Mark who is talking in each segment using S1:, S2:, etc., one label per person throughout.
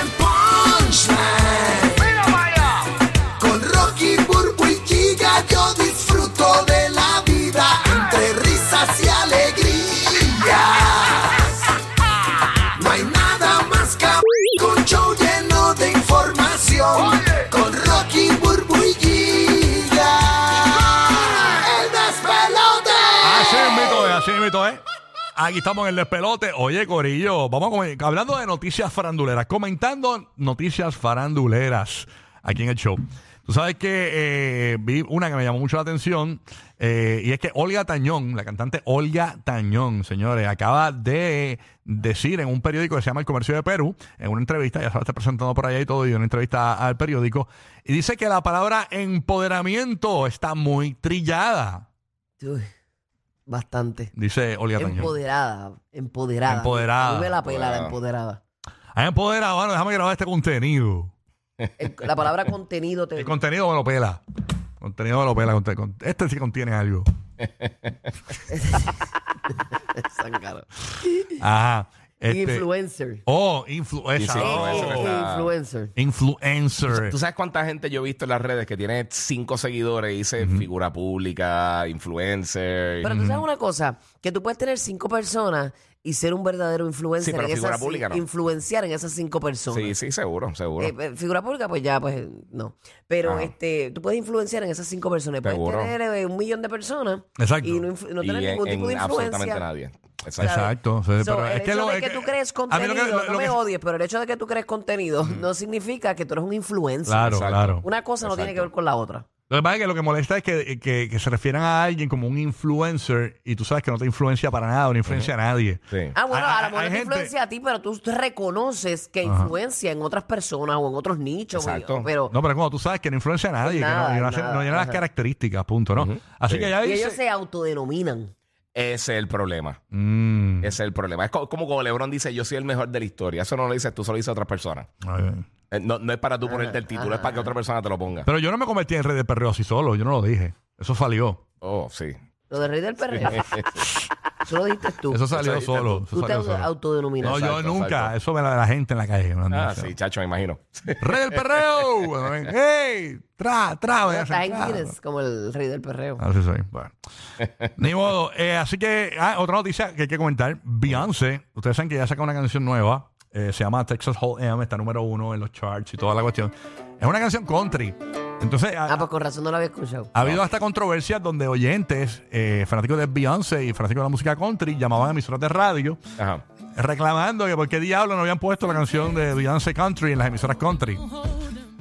S1: en punchline. Con Rocky Burbu y Giga yo disfruto de la vida entre risas y alegrías. No hay nada más que un show lleno de información. Con Rocky Burbu y Giga. El despelote.
S2: Así invito es, así invito es. Aquí estamos en el despelote. Oye, Corillo, vamos a comer- hablando de noticias faranduleras, comentando noticias faranduleras aquí en el show. Tú sabes que eh, vi una que me llamó mucho la atención eh, y es que Olga Tañón, la cantante Olga Tañón, señores, acaba de decir en un periódico que se llama El Comercio de Perú, en una entrevista, ya se va a estar presentando por allá y todo, y una entrevista al periódico, y dice que la palabra empoderamiento está muy trillada,
S3: Uy, bastante.
S2: dice Olga Tañón.
S3: Empoderada, empoderada.
S2: Empoderada.
S3: A mí me la pela la empoderada.
S2: Ah, empoderado, bueno, déjame grabar este contenido.
S3: El- la palabra contenido te...
S2: El contenido me lo pela. Contenido me lo pela. conte- con- Este sí contiene algo.
S3: Zángano.
S2: Ajá. Este,
S3: Influencer.
S2: Oh, influencer.
S4: Sí, sí,
S2: oh,
S4: influencer está-
S3: Influencer.
S2: influencer.
S4: ¿Tú sabes cuánta gente yo he visto en las redes que tiene cinco seguidores y dice figura pública, influencer?
S3: Pero tú sabes una cosa, que tú puedes tener cinco personas y ser un verdadero influencer.
S4: Sí, pero
S3: en
S4: figura
S3: esas,
S4: pública no.
S3: Influenciar en esas cinco personas.
S4: sí, sí, seguro, seguro.
S3: Eh, eh, figura pública, pues ya, pues no. Pero
S4: Ajá.
S3: este, tú puedes influenciar en esas cinco personas. Puedes
S4: Seguro.
S3: tener eh, un millón de personas
S2: Exacto.
S3: y no, influ- no
S4: y
S3: tener
S4: en-
S3: ningún tipo de
S4: en absolutamente
S3: influencia.
S4: nadie. Exacto.
S2: Exacto. sí, Pues,
S3: So,
S2: pero
S3: el
S2: es que
S3: hecho
S2: lo
S3: de
S2: es
S3: que tú crees
S2: a mí
S3: contenido,
S2: lo que- lo-
S3: no
S2: lo
S3: me
S2: que-
S3: odies, pero el hecho de que tú crees contenido no significa que tú eres un influencer.
S2: Claro,
S4: Exacto.
S2: claro.
S3: Una cosa no tiene que
S4: Exacto.
S3: ver con la otra.
S2: Lo que pasa es que lo que molesta es que, que- que se refieran a alguien como un influencer y tú sabes que no te influencia para nada, no influencia a nadie.
S4: Sí.
S3: Ah, bueno,
S2: Ah,
S3: a lo
S2: ah, hay
S3: mejor no te
S2: gente-
S3: influencia a ti, pero tú reconoces que influencia en otras personas o en otros nichos.
S4: Exacto.
S3: Pero
S2: No, pero como tú sabes que no influencia a nadie,
S3: Nada,
S2: que no, y no hace-
S3: nada,
S2: no llena las
S3: ajá.
S2: características, punto, ¿no? Así
S4: Sí.
S2: que ya
S3: y
S2: dice...
S3: ellos se autodenominan.
S4: Ese es el problema.
S2: Mm.
S4: Ese es el problema. Es co- como cuando LeBron dice, yo soy el mejor de la historia. Eso no lo dices tú, solo dice otra persona.
S2: Ay, ay.
S4: Eh, No, no es para tú
S3: Ah.
S4: ponerte el título, es para que otra persona te lo ponga.
S2: Pero yo no me convertí en rey de perreo así solo, yo no lo dije. Eso salió.
S4: Oh, sí.
S3: Lo de Rey del Perreo. Eso lo dijiste tú.
S2: Eso salió
S4: Eso-
S2: solo. eso
S3: tú te
S2: salió
S3: auto-
S2: solo.
S3: autodenominas.
S2: No, yo
S4: Exacto,
S2: nunca.
S4: exacto.
S2: Eso me la de la gente en la calle. me lo han
S4: Ah,
S2: dicho.
S4: sí, chacho, me imagino.
S2: ¡Rey del perreo! ¡Ey! ¡Tra, tra! voy a
S3: Estás en
S2: hacer tra.
S3: Guinness como el Rey del Perreo.
S2: Así soy. Bueno. Ni modo. Eh, así que, ah, otra noticia que hay que comentar. Beyoncé, ustedes saben que ya saca una canción nueva. eh, se llama Texas Hold'em. Está número uno en los charts y toda la cuestión. Es una canción country. Entonces, a-
S3: Ah, pues con razón no lo había escuchado.
S2: Ha habido hasta controversias donde oyentes, eh, fanáticos de Beyoncé y fanáticos de la música country, llamaban a emisoras de radio
S4: Ajá.
S2: reclamando que por qué diablos no habían puesto la canción de Beyoncé country en las emisoras country.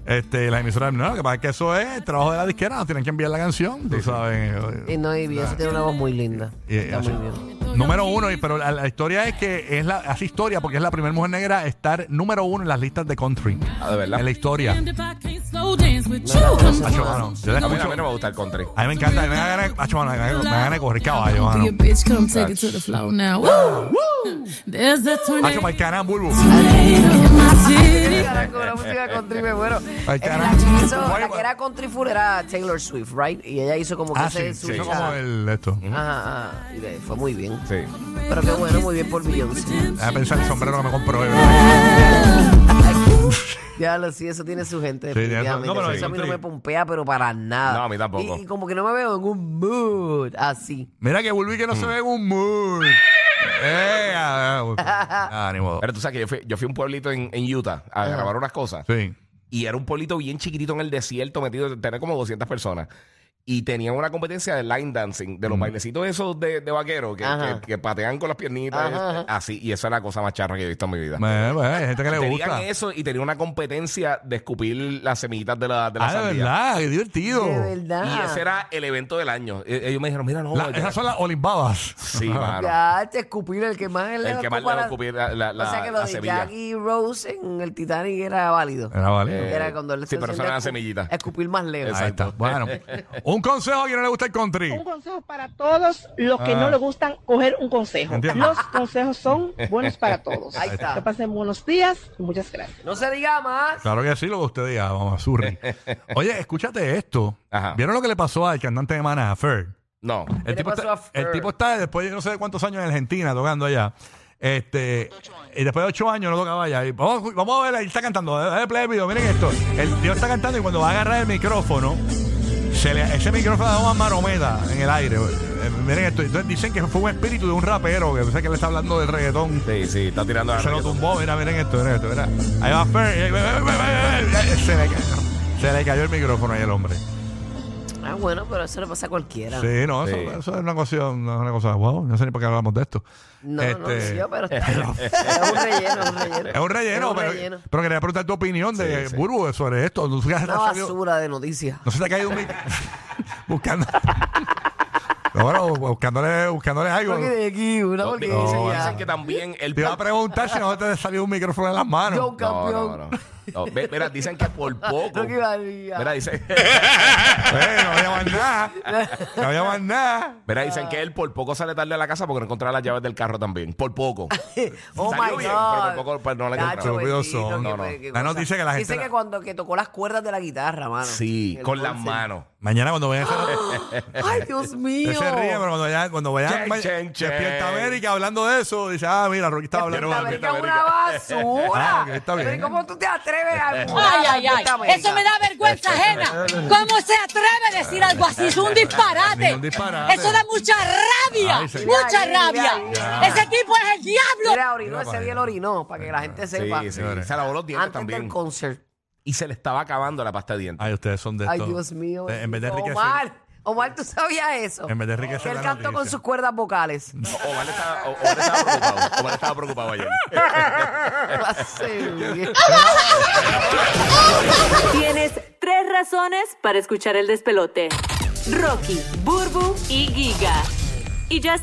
S2: Este, las emisoras, no, que pasa es que eso es el trabajo de la disquera, nos tienen que enviar la canción, tú sabes.
S3: Y no, y Beyoncé tiene una voz muy linda.
S2: Y-
S3: Está
S2: así.
S3: muy bien.
S2: Número uno, y- pero la, la historia es que es la, hace historia porque es la primera mujer negra a estar número uno en las listas de country.
S4: Ah, de verdad.
S2: En la historia.
S5: Damned if I can't slow dance with you.
S3: No, no,
S5: Come
S3: no,
S2: Acho,
S3: no.
S2: mano, yo la
S4: A mí, a
S2: escucho-
S4: mí no me gusta el country.
S2: a mí me encanta, a mí me da ganas- acho, mano, me da me da ganas de correr caballo,
S5: on,
S2: mano.
S5: be a bitch, come take it to the floor now. Woo! There's a
S2: Acho,
S5: tornado.
S2: para el canal, Ah, Bulbo.
S5: in my city.
S3: Carajo, la música country me muero.
S2: Para el
S3: Eh, La
S2: canal.
S3: que, hizo, la que era country full era Taylor Swift, right? Y ella hizo como que
S2: Ah,
S3: se
S2: sí, sí, como el esto.
S3: Ajá, ajá. Y de- fue muy bien.
S4: Sí.
S3: Pero qué bueno, muy bien por Beyoncé.
S2: A pensar el sombrero que me compró. hoy, ¿verdad?
S3: Ya lo sí, eso tiene su gente.
S2: Sí,
S3: definitivamente.
S2: no, pero
S3: eso a mí no
S2: country-
S3: me pompea, pero para nada.
S4: No, a mí tampoco.
S3: Y, y como que no me veo en un mood así.
S2: Mira que Bulbi que no se ve en un mood. Eh, ah, ah, ah, ni modo.
S4: Pero tú sabes que yo fui, yo fui a un pueblito en, en Utah a grabar unas cosas.
S2: Sí.
S4: Y era un pueblito bien chiquitito en el desierto, metido, tenía como 200 personas. y tenían una competencia de line dancing, de los bailecitos esos de, de vaqueros que,
S3: Ajá.
S4: que- que patean con las piernitas,
S3: Ajá,
S4: es- así, y esa es la cosa más charra que yo he visto en mi vida.
S2: Bueno, bueno, hay gente que le
S4: Tenían
S2: gusta.
S4: eso y tenían una competencia de escupir las semillitas de la, de la
S2: Ah, de
S4: sandía.
S2: verdad, qué divertido.
S3: De verdad.
S4: Y ese era el evento del año. E- Ellos me dijeron, mira, no.
S2: La-
S4: ya-
S2: esas son las Olimpiadas.
S4: Sí, mano.
S3: Ya, te escupir el que más le
S4: El que más le
S3: escupa
S4: va a
S3: la-
S4: escupir la, la, la-
S3: O sea que
S4: la
S3: lo de
S4: semilla.
S3: Jackie Rose en el Titanic era válido.
S2: Era válido.
S4: Eh,
S3: era cuando él
S4: sí, pero eso
S3: hacía
S4: era una
S3: escu-
S4: semillita.
S3: Escupir más lejos.
S2: Ahí está. Bueno, un consejo a quien no le gusta el country.
S6: Un consejo para todos los que
S2: Ah.
S6: no le gustan coger un consejo.
S2: Entiendo.
S6: Los consejos son buenos para todos.
S3: Ahí está.
S6: Que pasen buenos días. Muchas gracias.
S3: No se diga más.
S2: Claro que sí, lo que usted diga, mamá Zurri. Oye, escúchate esto.
S4: Ajá.
S2: ¿Vieron lo que le pasó al cantante de Maná, Fer?
S4: No.
S2: El
S3: le
S2: tipo,
S3: pasó
S2: está,
S3: a Fer?
S2: el tipo está después de no sé de cuántos años en Argentina tocando allá. Este, y después de ocho años no tocaba allá. Y vamos, vamos a ver, ahí está cantando. Dale play al video, miren esto. El tío está cantando y cuando va a agarrar el micrófono, se le- ese micrófono da una marometa en el aire. Eh, miren esto. Entonces dicen que fue un espíritu de un rapero, que pensé que le está hablando del reggaetón.
S4: Sí, sí, está tirando la
S2: Se lo
S4: reggaetón.
S2: tumbó, mira, miren esto, miren esto, mira. Ahí va Fer. y- Se le, cayó, se le cayó el micrófono ahí al hombre.
S3: Ah, bueno, pero eso le pasa a cualquiera.
S2: Sí, no,
S4: Sí.
S2: Eso, eso es una cosa, una, una cosa, wow, no sé ni por qué hablamos de esto.
S3: No, no,
S2: Este,
S3: sí, pero está, es un relleno, es un relleno.
S2: Es un relleno,
S3: Es un
S2: pero,
S3: relleno.
S2: pero quería preguntar tu opinión de
S4: Sí, sí.
S2: Burbu sobre esto. ¿No se, te ha
S3: Una
S2: salido-
S3: basura de noticias.
S2: no se te ha caído un mic- buscando. No, bueno, buscándole, buscándole algo.
S3: Porque de aquí, una
S4: No,
S3: porque
S4: dicen,
S3: dice
S4: dicen
S3: ya.
S4: que también el
S2: Te iba a preguntar si no te ha salido un micrófono en las manos.
S3: Yo,
S4: No,
S3: campeón.
S4: no, no, no. Ve- Mira, dicen que por poco.
S3: Lo que iba a decir, ah. ya.
S4: Mira, dicen,
S2: Eh, no había más nada. No había más nada.
S4: mira,
S3: Ah.
S4: dicen que él por poco sale tarde a la casa porque no encontraba las llaves del carro también. Por poco.
S3: Oh
S4: Salió
S3: my
S4: bien,
S3: God.
S4: pero tampoco- pues, no la
S3: Nacho,
S4: encontraron.
S3: bendito,
S2: Estúpidos son.
S3: qué-
S4: No, no.
S3: qué
S2: La
S3: cosa.
S2: noticia que la gente
S3: Dice
S2: la-
S3: que cuando que tocó las cuerdas de la guitarra, mano.
S4: Sí,
S3: El
S4: con las
S3: concert.
S4: manos.
S2: Mañana cuando vayan a
S3: Ay, Dios mío.
S2: Él se ríe, pero cuando vayan, cuando vayan
S4: Chen,
S2: ma-
S4: chen, chen.
S2: despierta América hablando de eso, dice, ah, mira, Rocky estaba hablando.
S3: Esta
S4: Despierta
S2: de-
S3: América es
S4: América.
S3: una basura.
S2: Ah, que está bien.
S3: Pero ¿Cómo tú te atreves a
S7: Ay, ay, ay. Eso me da vergüenza ajena. ¿Cómo se atreve a decir algo así? Es un disparate.
S2: Ningún disparate.
S7: Eso da mucha rabia.
S2: Ay, señor.
S7: mucha
S3: Mira,
S7: rabia.
S3: mira,
S7: Ese tipo es el diablo.
S3: Mira, orinó,
S2: Mira para
S3: ese día
S2: allá.
S3: el orinó, para que la gente
S4: Sí,
S3: sepa.
S4: sí.
S2: Señores.
S4: Se lavó los dientes
S3: Antes
S4: también.
S3: del concert.
S4: Y se le estaba acabando la pasta de dientes.
S2: Ay, ustedes son de
S3: Ay,
S2: estos.
S3: Dios mío.
S2: Eh, En vez de
S3: bendito.
S2: enriquecer.
S3: Omar, Omar, ¿tú sabías eso?
S2: En vez de enriquecer
S3: Que él
S2: la
S3: cantó con
S2: noticia.
S3: sus cuerdas vocales.
S4: O- Omar estaba, o- Omar estaba preocupado. Omar estaba preocupado ayer.
S3: Sí.
S8: Tienes tres razones para escuchar el despelote. Rocky, Burbu y Giga. Y ya